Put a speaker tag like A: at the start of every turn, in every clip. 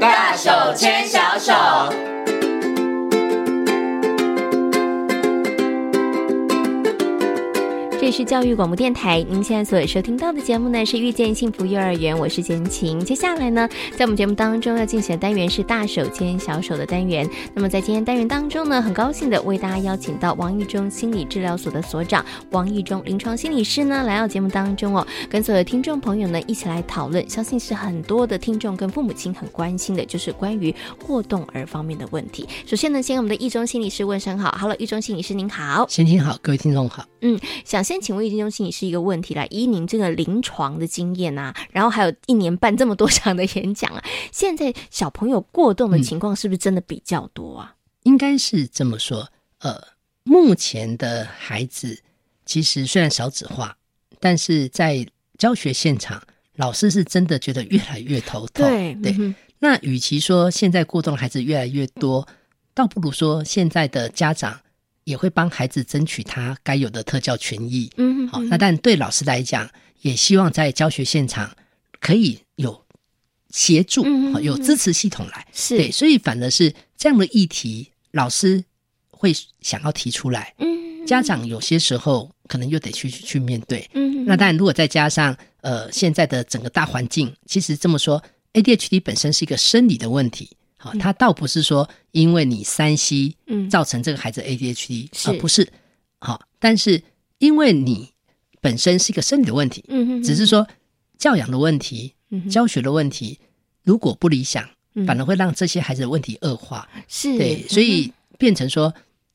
A: 大手牵小手。
B: 这里是教育广播电台，您现在所收听到的节目呢是遇见幸福幼儿园，我是简晴。接下来呢，在我们节目当中要竞选单元是大手牵小手的单元。那么在今天单元当中呢，很高兴的为大家邀请到王义中心理治疗所的所长王义中临床心理师呢来到节目当中哦，跟所有听众朋友呢一起来讨论，相信是很多的听众跟父母亲很关心的，就是关于过动儿方面的问题。首先呢，先跟我们的义中心理师问声好，Hello，义中心理师您好。
C: 先听好，各位听众好。
B: 想先请问易中心理师一个问题啦，以您这个临床的经验啊，然后还有一年半这么多场的演讲啊， 现在小朋友过动的情况是不是真的比较多啊？
C: 应该是这么说，呃，目前的孩子其实虽然少子化，但是在教学现场，老师是真的觉得越来越头痛。对，
B: 嗯哼
C: 那与其说现在过动的孩子越来越多，倒不如说现在的家长也会帮孩子争取他该有的特教权益。
B: 嗯哼，
C: 好、那但对老师来讲，也希望在教学现场可以有协助，
B: 嗯嗯
C: 好有
B: 嗯
C: 支持系统来。对，
B: 是，
C: 所以反而是这样的议题，老师会想要提出来，
B: 嗯，
C: 家，长有些时候可能又得去去面对。
B: 嗯，
C: 那当然，如果再加上呃现在的整个大环境，其实这么说，ADHD 本身是一个生理的问题，好、它倒不是说因为你三 C
B: 嗯
C: 造成这个孩子 ADHD，
B: 是
C: 而、呃不是好、但是因为你本身是一个生理的问题，
B: 嗯哼，嗯
C: 只是说教养的问题、
B: 是
C: 教学的问题，如果不理想，
B: 嗯
C: 反而会让这些孩子的问题恶化。
B: 是，嗯
C: 对，所以变成说，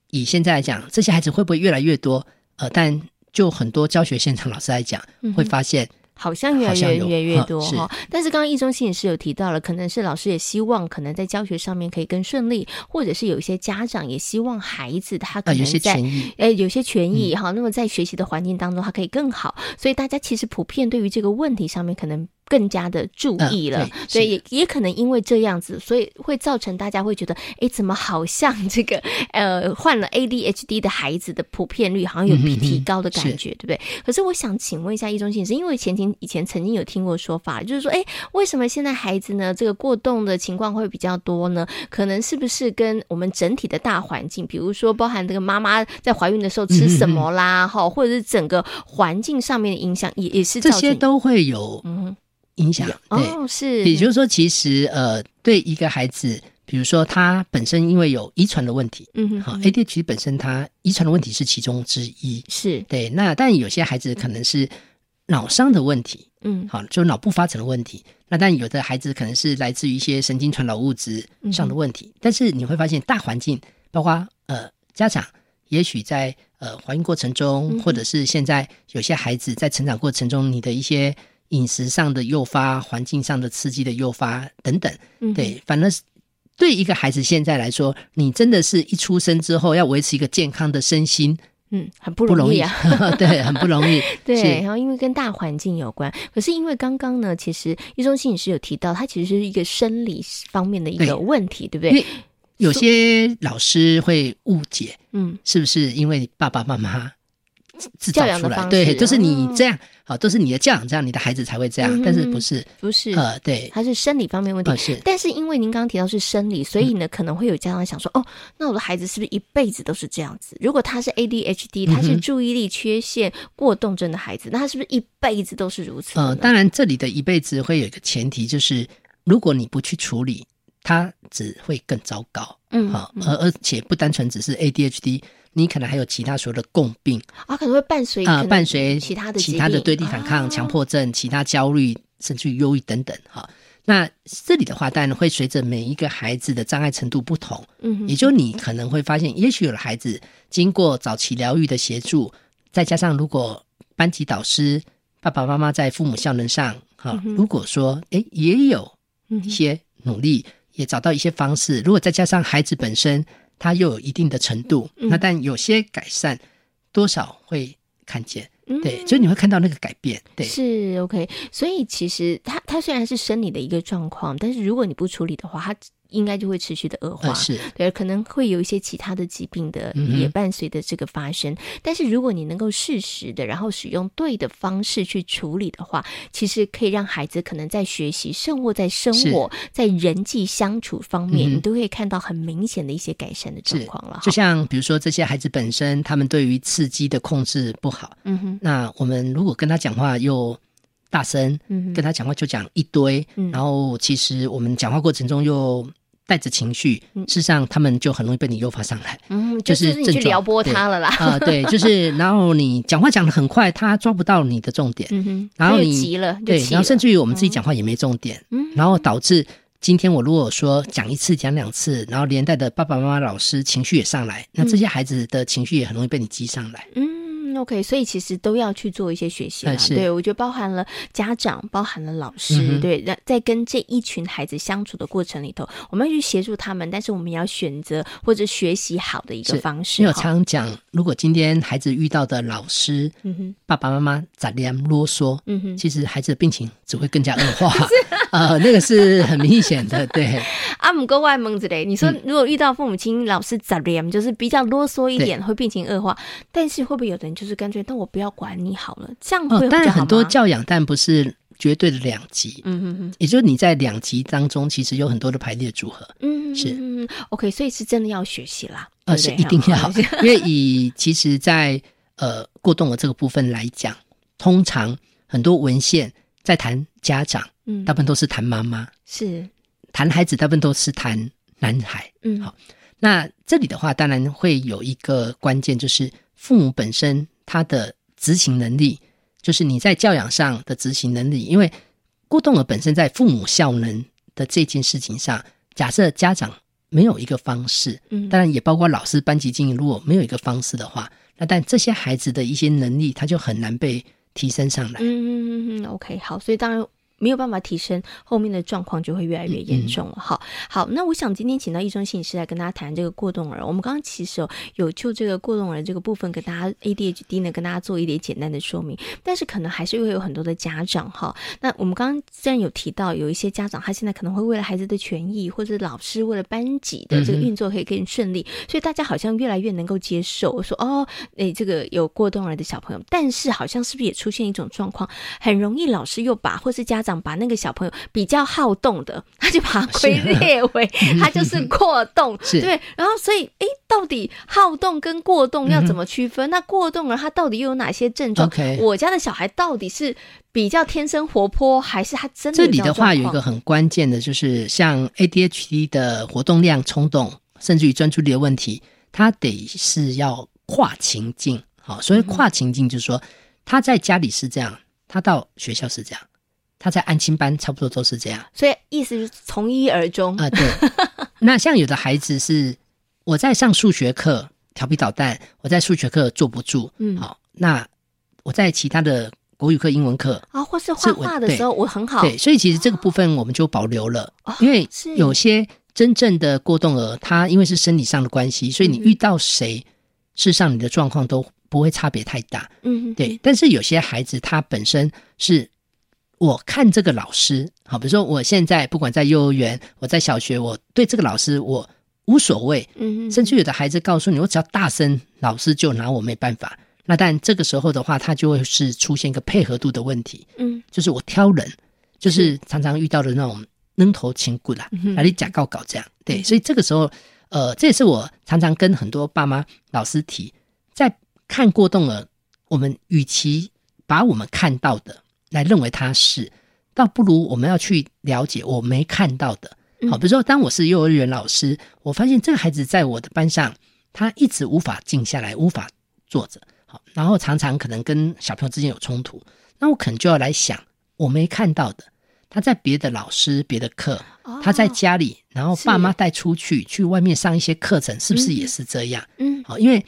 C: 以现在来讲，这些孩子会不会越来越多？呃，但就很多教学现场老师来讲，会发现，
B: 嗯好像越来
C: 好像
B: 越
C: 有
B: 越来越
C: 嗯
B: 多
C: 是
B: 哈、但是刚刚易中心也是有提到了，可能是老师也希望，可能在教学上面可以更顺利，或者是有一些家长也希望孩子他可
C: 呃，有
B: 能
C: 些
B: 在
C: 权益
B: 诶，有些权益
C: 嗯
B: 哈、那么在学习的环境当中，它可以更好，所以大家其实普遍对于这个问题上面可能更加的注意了，
C: 嗯对
B: 所以
C: 是
B: 也也可能因为这样子，所以会造成大家会觉得，诶，怎么好像这个呃患了 ADHD 的孩子的普遍率好像有
C: 嗯嗯嗯
B: 提高的感
C: 是
B: 觉，对不对？可是我想请问一下易中心理师，因为前前以前曾经有听过说法，就是说，诶，为什么现在孩子呢这个过动的情况会比较多呢？可能是不是跟我们整体的大环境，比如说包含这个妈妈在怀孕的时候吃什么
C: 嗯
B: 啦，哈、或者是整个环境上面的影响，也也是
C: 这
B: 造成
C: 些都会有
B: 嗯
C: 影响。
B: 哦是，
C: 对，也就是说，其实呃，对一个孩子，比如说他本身因为有遗传的问题，
B: 嗯哼
C: 好、
B: 哼
C: a d h d 本身它遗传的问题是其中之一。
B: 是
C: 对，那但有些孩子可能是脑伤的问题，
B: 嗯
C: 好，就脑部发展的问题。那但有的孩子可能是来自于一些神经传导物质
B: 嗯
C: 上的问题，但是你会发现大环境，包括呃家长，也许在呃怀孕过程中，
B: 嗯哼
C: 或者是现在有些孩子在成长过程中，你的一些饮食上的诱发、环境上的刺激的诱发等等，
B: 嗯
C: 对，反正是对一个孩子现在来说，你真的是一出生之后要维持一个健康的身心
B: 嗯很不
C: 不
B: 容
C: 容
B: 易
C: 易，
B: 啊。
C: 对，很不容易，
B: 对，
C: 是
B: 然后因为跟大环境有关，可是因为刚刚呢，其实一中心理师有提到，它其实是一个生理方面的一
C: 对
B: 个问题，对不
C: 因
B: 对？
C: 为有些老师会误解，
B: 嗯，
C: 是不是因为爸爸妈妈制
B: 教
C: 造
B: 养
C: 出
B: 的
C: 来？
B: 方式
C: 对，就是你
B: 哦
C: 这样，好、都是你的教养这样，你的孩子才会这样。
B: 嗯哼
C: 但是不是？
B: 不是，
C: 呃，对，
B: 它是生理方面问题
C: 呃，是
B: 但是因为您刚刚提到是生理，所以
C: 嗯
B: 呢，可能会有家长想说，哦，那我的孩子是不是一辈子都是这样子？如果他是 ADHD，他是注意力缺陷过动症的孩子，那他是不是一辈子都是如此呢？
C: 呃，当然这里的一辈子会有一个前提，就是如果你不去处理，它只会更糟糕。
B: 嗯，
C: 好、而、而且不单纯只是 ADHD，你可能还有其他所有的共病
B: 啊，可能会伴随
C: 啊、
B: 可能
C: 伴随
B: 其他的疾
C: 其他的
B: 病
C: 对立反抗、
B: 啊
C: 强迫症、其他焦虑，甚至于忧郁等等。哈、那这里的话，当然会随着每一个孩子的障碍程度不同，
B: 嗯哼
C: 也就你可能会发现，也许有的孩子经过早期疗愈的协助，再加上如果班级导师、爸爸妈妈在父母效能上，哈、
B: 嗯哼
C: 如果说诶也有
B: 嗯
C: 一
B: 哼
C: 些努力，也找到一些方式，如果再加上孩子本身他又有一定的程度，
B: 嗯
C: 那但有些改善多少会看见，
B: 嗯
C: 对，所以你会看到那个改变，对，
B: 是 OK，所以其实它它虽然是生理的一个状况，但是如果你不处理的话，它应该就会持续的恶化。
C: 呃，是
B: 对，可能会有一些其他的疾病的
C: 嗯哼
B: 也伴随着这个发生。但是如果你能够适时的，然后使用对的方式去处理的话，其实可以让孩子可能在学习、甚或在生活、在人际相处方面，
C: 嗯哼
B: 你都会看到很明显的一些改善的状
C: 是
B: 况了。
C: 就
B: 哈
C: 像比如说这些孩子本身，他们对于刺激的控制不好，
B: 嗯哼，
C: 那我们如果跟他讲话又大声，
B: 嗯哼
C: 跟他讲话就讲一堆，
B: 嗯
C: 然后其实我们讲话过程中又带着情绪，
B: 嗯
C: 事实上他们就很容易被你诱发上来。
B: 嗯，就
C: 就是
B: 是你去
C: 症状
B: 撩拨他了啦。
C: 啊、对，就是然后你讲话讲的很快，他抓不到你的重点，
B: 嗯哼，
C: 然后
B: 他就
C: 你
B: 急了，就
C: 对，
B: 气
C: 然后
B: 了
C: 甚至于我们自己讲话也没重点，
B: 嗯
C: 然后导致今天我如果说讲一次讲两次，然后连带的爸爸妈妈、老师情绪也上来，那这些孩子的情绪也很容易被你激上来。
B: 嗯，OK，所以其实都要去做一些学习
C: 哎
B: 啦。
C: 是
B: 对，我觉得包含了家长，包含了老师，
C: 嗯哼
B: 对，那在跟这一群孩子相处的过程里头，我们要去协助他们，但是我们也要选择或者学习好的一个
C: 是
B: 方式
C: 因为我
B: 哈
C: 常常讲，如果今天孩子遇到的老师、
B: 嗯哼，
C: 爸爸妈妈咋连啰嗦，
B: 嗯啊哼。
C: 其实孩子的病情只会更加恶 化，呃，那个是很明显的，对，
B: 阿姆哥外蒙子嘞，你
C: 嗯
B: 说如果遇到父母亲老是咋样，就是比较啰嗦一点，会病情恶化。但是会不会有的人就是干脆，那我不要管你好了，这样会
C: 哦，
B: 比
C: 当
B: 较
C: 然
B: 好吗
C: 很多，教养，但不是绝对的两极，
B: 嗯哼哼，
C: 也就是你在两极当中，其实有很多的排列组合，
B: 嗯，
C: 是
B: 嗯，OK，所以是真的要学习啦，
C: 呃，
B: 对哦
C: 是
B: 不
C: 一
B: 对
C: 定
B: 好
C: 要，因为以其实在呃过动的这个部分来讲，通常很多文献在谈家长，
B: 嗯
C: 大，部分都是谈妈妈，
B: 是，
C: 谈孩子大部分都是谈男孩。
B: 嗯，
C: 好那这里的话，当然会有一个关键，就是父母本身他的执行能力，就是你在教养上的执行能力。因为过动儿本身在父母效能的这件事情上，假设家长没有一个方式，
B: 嗯，
C: 当然也包括老师、班级经营，如果没有一个方式的话，那但这些孩子的一些能力，他就很难被提升上来。
B: 嗯嗯嗯嗯，OK，好，所以当然。没有办法提升，后面的状况就会越来越严重了。好好，那我想今天请到一中心理师来跟大家谈这个过动儿。我们刚刚其实哦有就这个过动儿这个部分跟大家 ADHD 呢跟大家做一点简单的说明，但是可能还是会有很多的家长哈。那我们刚刚虽然有提到有一些家长他现在可能会为了孩子的权益，或者老师为了班级的这个
C: 嗯哼
B: 运作可以更顺利，所以大家好像越来越能够接受说哦，诶，这个有过动儿的小朋友，但是好像是不是也出现一种状况，很容易老师又把或是家长把那个小朋友比较好动的，他就把他归
C: 是啊
B: 列为他就是过动，
C: 是
B: 对。然后所以，诶，到底好动跟过动要
C: 嗯哼
B: 怎么区分？那过动儿他到底又有哪些症状
C: OK
B: 我家的小孩到底是比较天生活泼，还是他真的
C: 这
B: 有
C: 里
B: 样
C: 的话有一
B: 状
C: 个
B: 况
C: 很关键的，就是像 ADHD 的活动量、冲动，甚至于专注力的问题，它得是要跨情境。好，所谓跨情境，就是说他在家里是这样，他到学校是这样，他在安亲班差不多都是这样
B: 所以意思是从一而终，
C: 啊、对，那像有的孩子是我在上数学课调皮捣蛋，我在数学课坐不住，
B: 嗯
C: 好，那我在其他的国语课、英文课
B: 啊，或是画
C: 是我
B: 画的
C: 对
B: 时候我很好，
C: 对，所以其实这个部分我们就保留了，
B: 哦
C: 因为
B: 是
C: 有些真正的过动儿，他因为是生理上的关系，所以你
B: 嗯
C: 遇到谁，事实上你的状况都不会差别太大。
B: 嗯，
C: 对，但是有些孩子他本身是。我看这个老师，好，比如说我现在不管在幼儿园，我在小学，我对这个老师我无所谓，
B: 嗯，嗯，
C: 甚至有的孩子告诉你，我只要大声，老师就拿我没办法。那但这个时候的话，他就会是出现一个配合度的问题。
B: 嗯，
C: 就是我挑人，就是常常遇到的那种扔头轻骨啦
B: 嗯哼，
C: 哪里假告搞这样。对，
B: 嗯
C: 所以这个时候，呃，这也是我常常跟很多爸妈、老师提，在看过动了，我们与其把我们看到的来认为他是，倒不如我们要去了解我没看到的。
B: 嗯
C: 好，比如说，当我是幼儿园老师，我发现这个孩子在我的班上，他一直无法静下来，无法坐着，好，然后常常可能跟小朋友之间有冲突，那我可能就要来想，我没看到的，他在别的老师、别的课，
B: 哦
C: 他在家里，然后
B: 是
C: 爸妈带出去，去外面上一些课程，是不是也是这样？
B: 嗯
C: 好，因为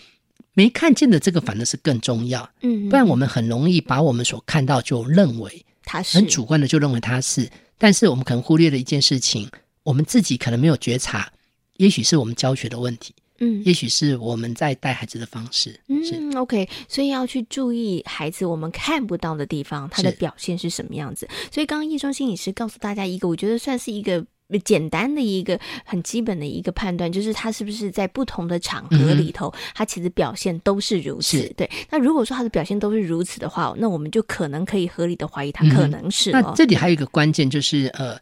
C: 没看见的这个反而是更重要，
B: 嗯，
C: 不然我们很容易把我们所看到就认为
B: 他是
C: 很主观的就认为他是，但是我们可能忽略了一件事情，我们自己可能没有觉察，也许是我们教学的问题，
B: 嗯
C: 也许是我们在带孩子的方式，是
B: 嗯，OK，所以要去注意孩子我们看不到的地方，他的
C: 是
B: 表现是什么样子。所以刚刚叶中心理师告诉大家一个，我觉得算是一个。简单的一个很基本的一个判断，就是他是不是在不同的场合里头，他其实表现都嗯是如此
C: 是。
B: 对，那如果说他的表现都是如此的话，那我们就可能可以合理的怀疑他可能是
C: 那
B: 哦，
C: 这里还有一个关键就是，呃，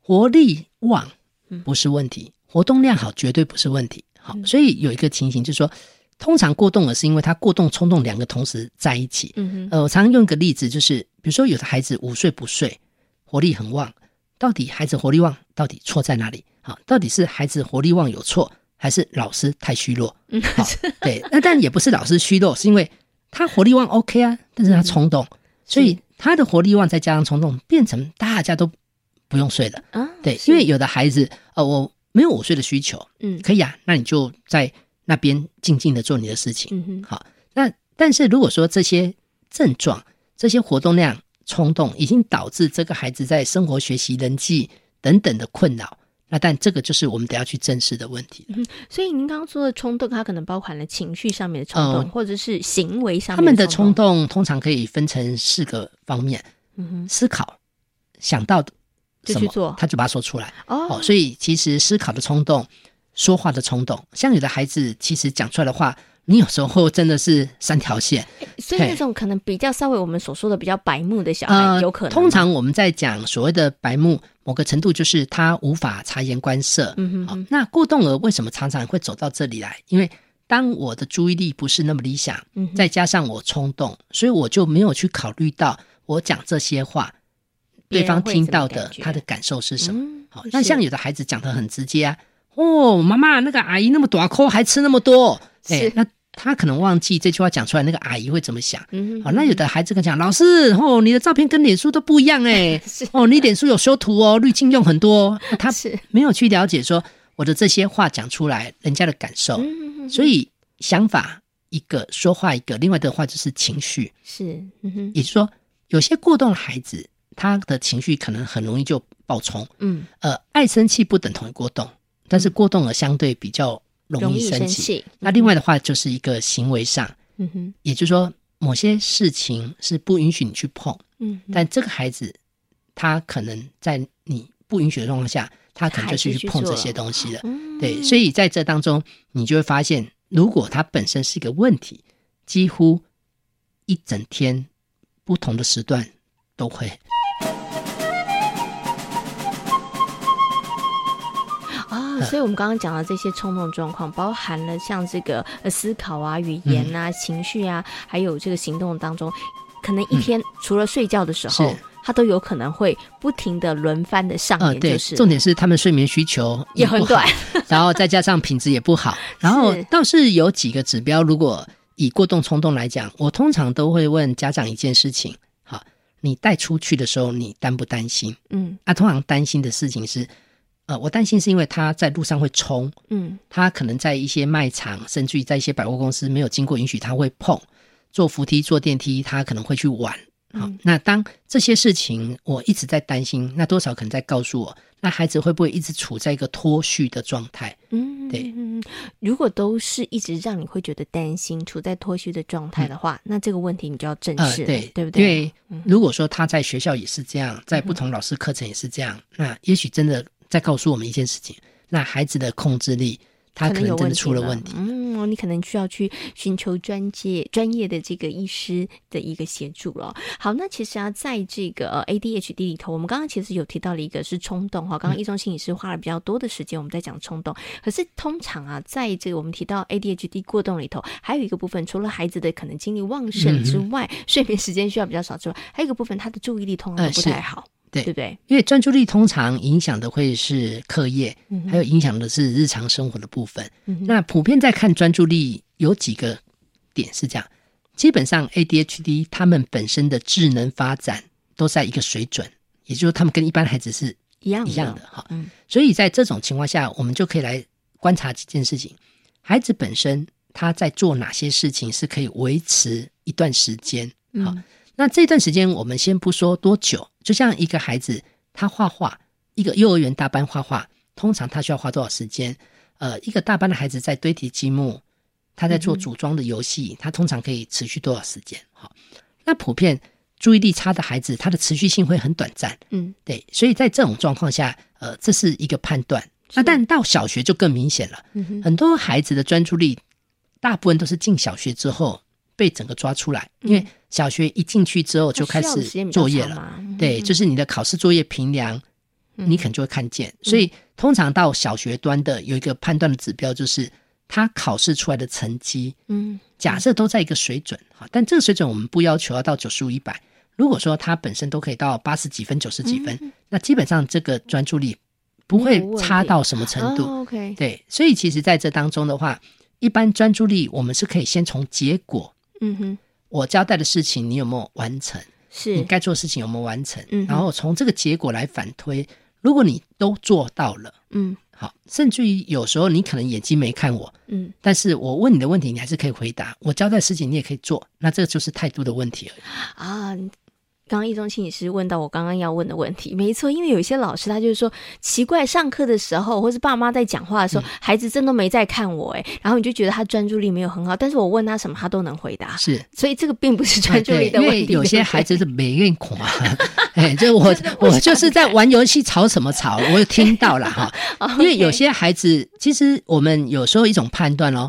C: 活力旺
B: 嗯
C: 不是问题，活动量好绝对不是问题。好，所以有一个情形就是说，通常过动儿是因为他过动冲动两个同时在一起。
B: 嗯哼，
C: 呃，我常常用一个例子，就是比如说有的孩子午睡不睡，活力很旺，到底孩子活力旺到底错在哪里？好，到底是孩子活力旺有错，还是老师太虚弱？
B: 嗯
C: 好，对，那但也不是老师虚弱，是因为他活力旺 OK 啊，但
B: 嗯
C: 是他冲动，所以他的活力旺再加上冲动，变成大家都不用睡了。
B: 啊，
C: 对，
B: 是
C: 因为有的孩子，呃，我没有午睡的需求，
B: 嗯
C: 可以啊，那你就在那边静静的做你的事情。
B: 嗯哼
C: 好，那但是如果说这些症状、这些活动量冲动，已经导致这个孩子在生活、学习、人际等等的困扰，那但这个就是我们得要去正视的问
B: 嗯
C: 题了。
B: 所以您刚刚说的冲动，它可能包含了情绪上面的冲动，
C: 嗯
B: 或者是行为上
C: 他们
B: 面
C: 的冲
B: 冲动。
C: 动通常可以分成四个方面：
B: 嗯
C: 思考，想到的
B: 就
C: 什
B: 去
C: 么
B: 做
C: 他就把它说出来。
B: 哼，哦，
C: 哦，所以其实思考的冲动、说话的冲动，像有的孩子其实讲出来的话，你有时候真的是三条线。
B: 所以那
C: 嘿
B: 种可能比较稍微我们所说的比较白目的小孩，
C: 呃，
B: 有可能吗
C: 通常我们在讲所谓的白目，某个程度就是他无法察言观色。
B: 嗯哼
C: 好
B: 哼，
C: 那过动儿为什么常常会走到这里来？因为当我的注意力不是那么理想，
B: 嗯哼
C: 再加上我冲动，所以我就没有去考虑到我讲这些话，
B: 别
C: 对
B: 人
C: 方听到
B: 会怎么
C: 的
B: 感觉
C: 他的感受是什么。
B: 嗯
C: 好，那
B: 是
C: 像有的孩子讲的很直接啊，哦，妈妈那个阿姨那么短扣还吃那么多，哎、
B: 是
C: 那他可能忘记这句话讲出来，那个阿姨会怎么想？
B: 嗯
C: 哦好，那有的孩子跟讲，老师哦，你的照片跟脸书都不一样 哎
B: 是，
C: 哦，你脸书有修图哦，滤镜用很多、哦，那他
B: 是
C: 没有去了解说我的这些话讲出来人家的感受，
B: 嗯
C: 所以想法一个，说话一个，另外的话就是情绪，
B: 是嗯哼
C: 也就是说，有些过动的孩子他的情绪可能很容易就爆冲，
B: 嗯
C: 呃，爱生气不等同于过动，但是过动而相对比较容
B: 容
C: 易
B: 易
C: 生
B: 生
C: 气。
B: 气，
C: 那另外的话就是一个行为上，
B: 嗯哼
C: 也就是说某些事情是不允许你去碰，
B: 嗯哼，
C: 但这个孩子他可能在你不允许的状况下，他可能
B: 他还
C: 就是是
B: 去
C: 去碰
B: 做
C: 这
B: 了
C: 些东西了。
B: 嗯
C: 对，所以在这当中，你就会发现，如果它本身是一个问题，几乎一整天不同的时段都会。
B: 啊、
C: 呃
B: 所以我们刚刚讲的这些冲动状况，包含了像这个呃思考啊、语
C: 嗯
B: 言啊、情绪啊，还有这个行动当中，可能一天除了睡觉的时候
C: 嗯是，
B: 他都有可能会不停的轮番的上
C: 呃，
B: 演，
C: 对，
B: 就是
C: 重点是他们睡眠需求
B: 也
C: 不
B: 很
C: 好
B: 短，
C: 然后再加上品质也不 好，然后
B: 是
C: 倒是有几个指标，如果以过动冲动来讲，我通常都会问家长一件事情：好，你带出去的时候，你担不担心？
B: 嗯
C: 啊，通常担心的事情是，呃，我担心是因为他在路上会冲，
B: 嗯
C: 他可能在一些卖场，甚至于在一些百货公司没有经过允许，他会碰，坐扶梯、坐电梯，他可能会去玩。
B: 嗯
C: 好，那当这些事情我一直在担心，那多少可能在告诉我，那孩子会不会一直处在一个脱序的状态？
B: 嗯，
C: 对
B: 嗯。嗯如果都是一直让你会觉得担心、处在脱序的状态的话，那这个问题你就要正
C: 嗯呃，
B: 视了，
C: 对，
B: 对嗯不
C: 因
B: 对？
C: 为如果说他在学校也是这样，在不同老师课程也是这
B: 嗯
C: 样，那也许真的在告诉我们一件事情，那孩子的控制力，他可
B: 有
C: 能真
B: 问
C: 的
B: 题
C: 出了问题。
B: 嗯，你可能需要去寻求专业专业的这个医师的一个协助了。好，那其实啊，在这个呃 ADHD 里头，我们刚刚其实有提到了一个是冲动哈，
C: 嗯
B: 刚刚一中心理师花了比较多的时间我们在讲冲动，可是通常啊，在这个我们提到 ADHD 过动里头，还有一个部分，除了孩子的可能精力旺
C: 嗯
B: 盛之外，睡眠时间需要比较少之外，还有一个部分，他的注意力通常都
C: 呃
B: 不
C: 是
B: 太好，
C: 对
B: 对不对？
C: 因为专注力通常影响的会是课业，
B: 嗯哼
C: 还有影响的是日常生活的部分。
B: 嗯哼
C: 那普遍在看专注力有几个点是这样，基本上 ADHD 他们本身的智能发展都在一个水准，也就是说他们跟一般孩子是
B: 一样
C: 一样的，哈。
B: 嗯
C: 所以在这种情况下，我们就可以来观察几件事情：孩子本身他在做哪些事情是可以维持一段时间。好，
B: 嗯
C: 那这段时间我们先不说多久，就像一个孩子他画画，一个幼儿园大班画画，通常他需要花多少时间？呃，一个大班的孩子在堆叠积木，他在做组装的游戏，他通常可以持续多少时间？好，那普遍注意力差的孩子，他的持续性会很短暂。
B: 嗯，
C: 对，所以在这种状况下，呃，这是一个判断。那但到小学就更明显了，
B: 嗯哼
C: 很多孩子的专注力，大部分都是进小学之后被整个抓出来，因为小学一进去之后就开
B: 嗯它需要的时间
C: 始
B: 比较
C: 作业
B: 长
C: 了。
B: 嘛，嗯
C: 对，就是你的考试作业评量，你可能就会看
B: 嗯
C: 见。所以通常到小学端的有一个判断的指标，就是他考试出来的成绩，
B: 嗯
C: 假设都在一个水准哈，但这个水准我们不要求要到九十五一百。如果说他本身都可以到八十几分、九十几分，那基本上这个专注力不会
B: 嗯没有问题
C: 差到什么程度。
B: 哦 OK，
C: 对，所以其实在这当中的话，一般专注力我们是可以先从结果，
B: 嗯哼，
C: 我交代的事情你有没有完成，你
B: 是
C: 该做的事情有没有完成，
B: 嗯哼
C: 然后从这个结果来反推，如果你都做到了，
B: 嗯
C: 好，甚至于有时候你可能眼睛没看我，
B: 嗯，
C: 但是我问你的问题你还是可以回答，我交代的事情你也可以做，那这就是态度的问题而已。
B: 啊。刚刚易中心也是问到我刚刚要问的问题，没错，因为有一些老师他就是说，奇怪，上课的时候或是爸妈在讲话的
C: 嗯
B: 时候，孩子真的没在看我哎，然后你就觉得他专注力没有很好，但是我问他什么他都能回答，
C: 是。啊
B: 所以这个并不是啊 专注力
C: 对因
B: 的问
C: 为
B: 题。
C: 有些
B: 对不对
C: 孩子是没认恐啊， 哎，就 我
B: 真的不想
C: 我就是在玩游戏吵什么吵，我有听到了哈。因为
B: 哦
C: 有些孩子，其实我们有时候一种判断哦，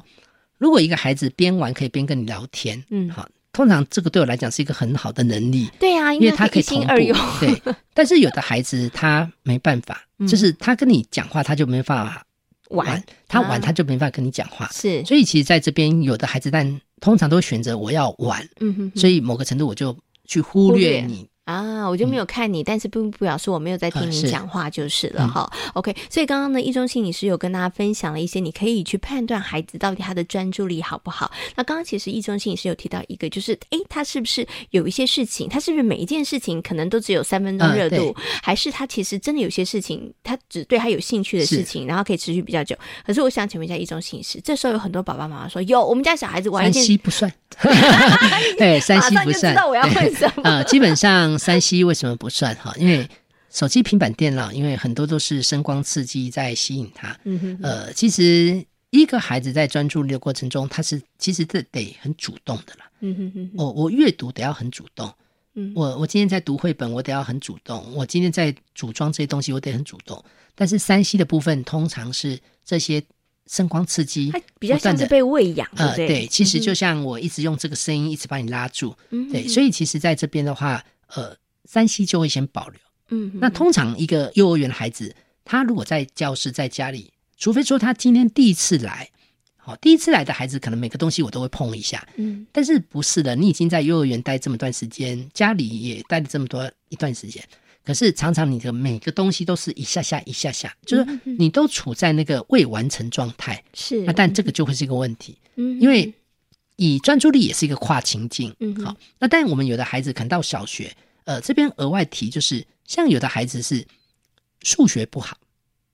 C: 如果一个孩子边玩可以边跟你聊天，
B: 嗯
C: 好，通常这个对我来讲是一个很好的能力，
B: 对啊，
C: 因为
B: 他
C: 他可以
B: 一
C: 同
B: 心
C: 步
B: 二用，
C: 对，但是有的孩子他没办法，就是他跟你讲话他就没办法
B: 嗯玩，
C: 他
B: 啊
C: 玩他就没办法跟你讲话，
B: 是，嗯
C: 所以其实在这边有的孩子，但通常都会选择我要玩，
B: 嗯哼哼
C: 所以某个程度我就去忽略
B: 忽略
C: 你。
B: 啊，我就没有看你，但是并不表示我没有在听
C: 嗯
B: 你
C: 是嗯
B: 讲话就是了哈。OK，所以刚刚呢，易中信你是有跟大家分享了一些你可以去判断孩子到底他的专注力好不好。那刚刚其实易中信也是有提到一个，就是诶，他是不是有一些事情，他是不是每一件事情可能都只有三分钟
C: 嗯
B: 热度
C: 对，
B: 还是他其实真的有些事情，他只对他有兴趣的事
C: 是
B: 情，然后可以持续比较久。可是我想请问一下易中信是，这时候有很多爸爸妈妈说，有我们家小孩子玩一
C: 山
B: 件
C: 西不算， 对，山西
B: 马上
C: 不
B: 就知
C: 算。
B: 道我要问什么
C: 呃，基本上山西为什么不算哈？因为手机、平板电脑，因为很多都是声光刺激在吸引他。
B: 嗯哼，
C: 呃，其实一个孩子在专注力的过程中，他是其实这得很主动的啦。
B: 嗯哼哼哼，
C: 我我阅读得要很主动，
B: 嗯
C: 我我今天在读绘本，我得要很主动。我今天在组装这些东西，我得很主动。但是山西的部分通常是这些声光刺激
B: 他，比较
C: 不断
B: 像
C: 地
B: 是被喂养，对
C: 呃，
B: 不对？
C: 对，其实就像我一直用这个声音一直把你拉住，
B: 嗯
C: 对，
B: 哼
C: 所以其实在这边的话，呃，山西就会先保留。
B: 嗯，
C: 那通常一个幼儿园的孩子，他如果在教室、在家里，除非说他今天第一次来，好、第一次来的孩子可能每个东西我都会碰一下，
B: 嗯
C: 但是不是的，你已经在幼儿园待这么段时间，家里也待了这么多一段时间，可是常常你的每个东西都是一下下一下下，
B: 嗯
C: 就是你都处在那个未完成状态，
B: 是
C: 那但这个就会是一个问题。
B: 因
C: 因为以专注力也是一个跨情境，
B: 嗯哼
C: 好，那但我们有的孩子可能到小学，呃，这边额外提就是，像有的孩子是数学不好，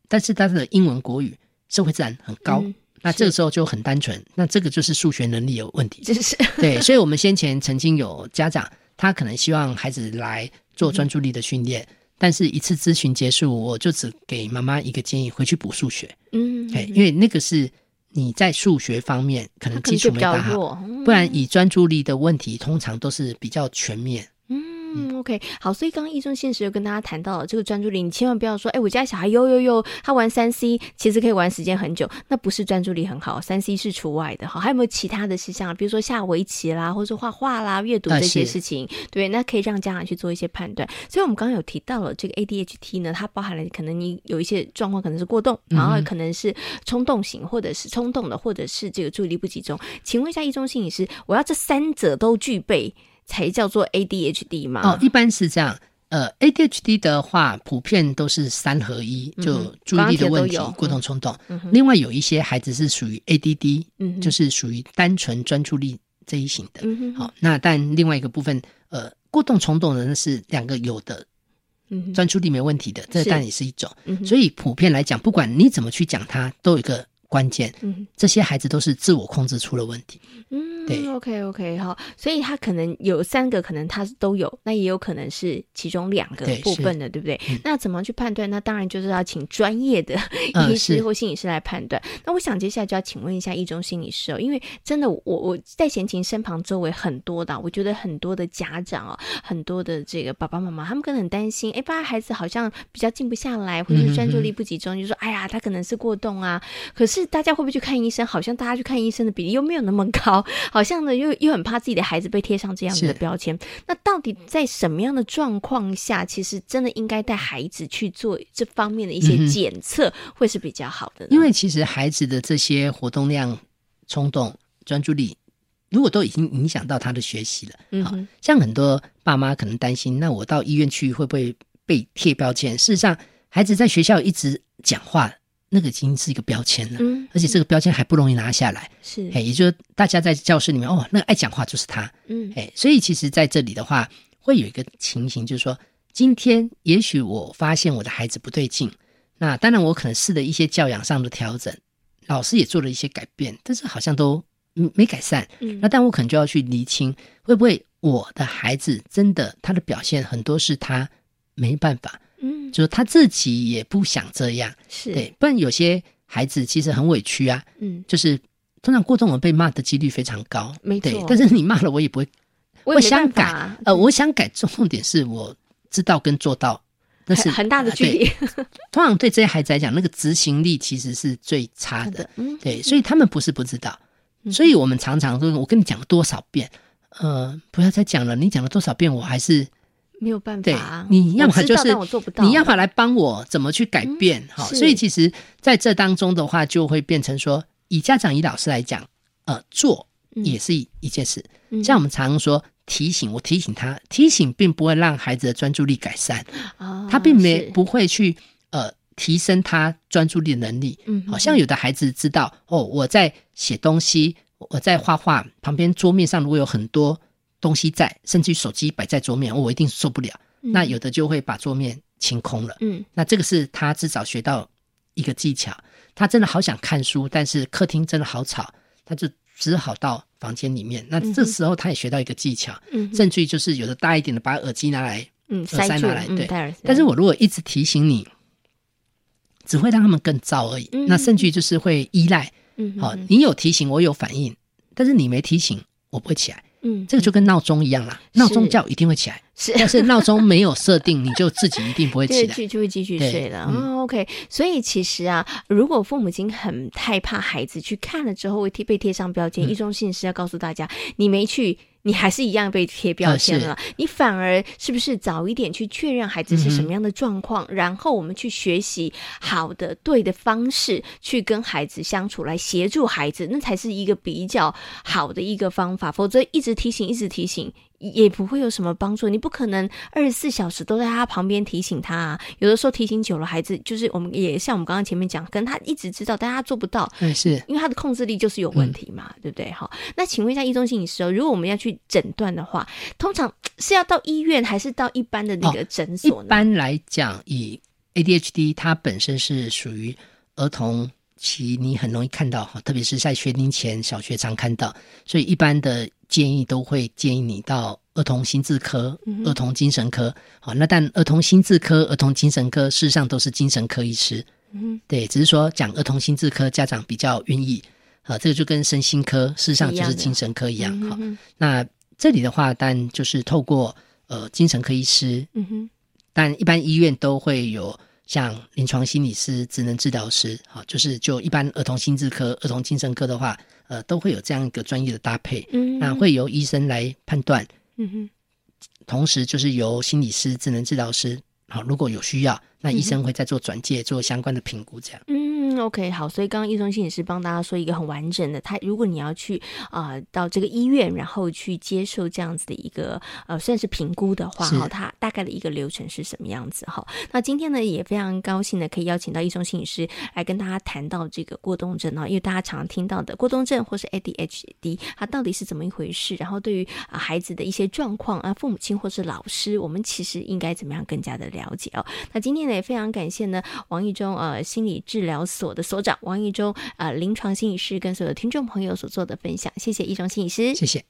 C: 但是他的英文、国语、社会自然很高，
B: 嗯
C: 那这个时候就很单纯，那这个就是数学能力有问题，
B: 就是
C: 对，所以我们先前曾经有家长，他可能希望孩子来做专注力的训练，但是一次咨询结束，我就只给妈妈一个建议，回去补数学，
B: 嗯，
C: 哎，因为那个是你在数学方面可能
B: 可能
C: 基
B: 就
C: 础
B: 比
C: 没
B: 较
C: 打好，
B: 弱，嗯
C: 不然以专注力的问题，通常都是比较全面。
B: 嗯嗯，OK，好，所以刚刚医生现实又跟大家谈到了这个专注力，你千万不要说，哎，我家小孩呦呦呦，他玩三 C，其实可以玩时间很久，那不是专注力很好，三 C 是除外的哈。还有没有其他的事项，比如说下围棋啦，或者说画画啦、阅读
C: 啊
B: 这些
C: 是
B: 事情，对，那可以让家长去做一些判断。所以我们刚刚有提到了这个 ADHD 呢，它包含了可能你有一些状况可能是过动，
C: 嗯
B: 然后可能是冲动型，或者是冲动的，或者是这个注意力不集中。请问一下，易中心理师，我要这三者都具备才叫做 ADHD 吗？
C: 哦，一般是这样。呃，ADHD 的话，普遍都是三合一，
B: 嗯
C: 就注意力的问
B: 刚刚提
C: 题
B: 的都有、
C: 过动、冲动。另外有一些孩子是属于 ADD，
B: 嗯哼
C: 就是属于单纯专注力这一型的。
B: 嗯哼，
C: 好，那但另外一个部分，呃，过动、冲动的那是两个有的
B: 嗯哼，
C: 专注力没问题的，这
B: 是
C: 当然也是一种。
B: 嗯哼
C: 所以普遍来讲，不管你怎么去讲它，都有一个关键。
B: 嗯
C: 这些孩子都是自我控制出了问题。
B: 嗯，
C: 对
B: o k OK，好，所以他可能有三个，可能他都有，那也有可能是其中两个
C: 对
B: 部分的，对不对？那怎么去判断？那当然就是要请专业的
C: 嗯
B: 医师
C: 是
B: 或心理师来判断。那我想接下来就要请问一下一中心理师哦，因为真的我我在贤琴身旁周围很多的啊，我觉得很多的家长哦，很多的这个爸爸妈妈，他们可能很担心，哎，爸孩子好像比较静不下来，或
C: 嗯
B: 者是
C: 哼
B: 专注
C: 哼
B: 力不集中，就说哎呀，他可能是过动啊，可是大家会不会去看医生？好像大家去看医生的比例又没有那么高，好像呢又又很怕自己的孩子被贴上这样子
C: 是
B: 的标签。那到底在什么样的状况下，其实真的应该带孩子去做这方面的一些
C: 嗯哼
B: 检测，会是比较好的呢？
C: 因为其实孩子的这些活动量、冲动、专注力，如果都已经影响到他的学习了，
B: 嗯
C: 好
B: 哼，
C: 像很多爸妈可能担心，那我到医院去会不会被贴标签？事实上，孩子在学校一直讲话，那个已经是一个标签了，
B: 嗯，
C: 而且这个标签还不容易拿下来。
B: 是，
C: 哎，也就是大家在教室里面，哦，那个爱讲话就是他。
B: 嗯
C: 哎，所以其实在这里的话，会有一个情形，就是说，今天也许我发现我的孩子不对劲，那当然我可能试了一些教养上的调整，老师也做了一些改变，但是好像都嗯没改善。
B: 嗯
C: 那但我可能就要去厘清，会不会我的孩子真的他的表现很多是他没办法，
B: 嗯，
C: 就是他自己也不想这样，
B: 是，
C: 对，不然有些孩子其实很委屈啊，
B: 嗯，
C: 就是通常过动人被骂的几率非常高，
B: 没错
C: 对，但是你骂了我也不会，
B: 我也
C: 我
B: 没
C: 想
B: 办
C: 改
B: 法啊，
C: 呃，我想改，重点是我知道跟做到，那是
B: 很很大的
C: 呃
B: 距
C: 对
B: 离，
C: 通常对这些孩子来讲，那个执行力其实是最差
B: 好
C: 的，
B: 的，嗯，
C: 对，所以他们不是不知道，
B: 嗯
C: 所以我们常常都我跟你讲了多少遍，呃，不要再讲了，你讲了多少遍，我还是
B: 没有办法
C: 对
B: 啊，
C: 你要
B: 我
C: 么
B: 知
C: 就
B: 道
C: 是
B: 但我做不到，
C: 你要么来帮我怎么去改变
B: 嗯
C: 哈、
B: 是
C: 所以其实在这当中的话，就会变成说，以家长以老师来讲，呃，做
B: 嗯
C: 也是一一件事。
B: 嗯
C: 像我们常说提醒，我提醒他，提醒并不会让孩子的专注力改善，
B: 啊
C: 他并没
B: 是
C: 不会去呃提升他专注力的能力。
B: 嗯，
C: 好像有的孩子知道哦，我在写东西，我在画画，旁边桌面上如果有很多东西在，甚至于手机摆在桌面，我一定受不了。
B: 嗯
C: 那有的就会把桌面清空了。
B: 嗯
C: 那这个是他至少学到一个技巧。他真的好想看书，但是客厅真的好吵，他就只好到房间里面。那
B: 嗯哼
C: 这时候他也学到一个技巧，
B: 嗯
C: 甚至于就是有的大一点的把耳机拿来。
B: 嗯
C: 塞
B: 塞住
C: 拿来
B: 嗯
C: 对
B: 戴耳塞
C: 但是我如果一直提醒你，只会让他们更燥而已。
B: 嗯
C: 那甚至于就是会依赖。
B: 嗯
C: 好、
B: 嗯
C: 你有提醒，我有反应，但是你没提醒，我不会起来。
B: 嗯
C: 这个就跟闹钟一样啦，
B: 是
C: 闹钟叫一定会起来，
B: 是
C: 但是闹钟没有设定，你就自己一定不会起
B: 对，
C: 来。
B: 就就会继续
C: 对
B: 睡了。
C: 嗯
B: 哦，OK。所以其实啊，如果父母亲很害怕孩子去看了之后会贴被贴上标签，
C: 嗯
B: 一中信是要告诉大家，你没去。你还是一样被贴标
C: 啊
B: 签了，啊你反而是不是早一点去确认孩子是什么样的状况，然后我们去学习好的、对的方式去跟孩子相处，来协助孩子，那才是一个比较好的一个方法。否则一直提醒，一直提醒，也不会有什么帮助。你不可能二十四小时都在他旁边提醒他、啊，有的时候提醒久了，孩子就是我们也像我们刚刚前面讲，可能他一直知道，但他做不到，
C: 嗯，是。
B: 因为他的控制力就是有
C: 嗯
B: 问题嘛，对不对？哈，那请问一下易中心理师哦，如果我们要去诊断的话，通常是要到医院还是到一般的那个诊
C: 哦一
B: 所呢？
C: 般来讲，以 ADHD 它本身是属于儿童期，你很容易看到哈，特别是在学龄前小学常看到，所以一般的建议都会建议你到儿童心智科、
B: 嗯哼
C: 儿童精神科。好，那但儿童心智科、儿童精神科事实上都是精神科医师，
B: 嗯
C: 对，只是说讲儿童心智科，家长比较愿意。啊，这个就跟身心科事实上
B: 一
C: 就
B: 样
C: 是
B: 的
C: 精神科一样
B: 嗯
C: 哈、
B: 哼哼
C: 那这里的话，但就是透过呃精神科医师，
B: 嗯哼，
C: 但一般医院都会有像临床心理师、职能治疗师，好，就是就一般儿童心智科、儿童精神科的话，呃，都会有这样一个专业的搭配，
B: 嗯，
C: 那，会由医生来判断，
B: 嗯哼，
C: 同时就是由心理师、职能治疗师，好，如果有需要，那医生会再做转介、做相关的评估，这样。
B: 嗯，OK，好，所以刚刚易中心也是帮大家说一个很完整的，他如果你要去啊、呃到这个医院，然后去接受这样子的一个呃算是评估的话，
C: 是
B: 哈，它大概的一个流程是什么样子哈？那今天呢也非常高兴呢可以邀请到易中心理师来跟大家谈到这个过动症啊，因为大家常听到的过动症或是 ADHD，它到底是怎么一回事？然后对于啊、孩子的一些状况啊，父母亲或是老师，我们其实应该怎么样更加的了解哦？那今天呢也非常感谢呢王一中呃心理治疗所。所的所长王义中呃临床心理师跟所有听众朋友所做的分享，谢谢义中心理师，
C: 谢谢。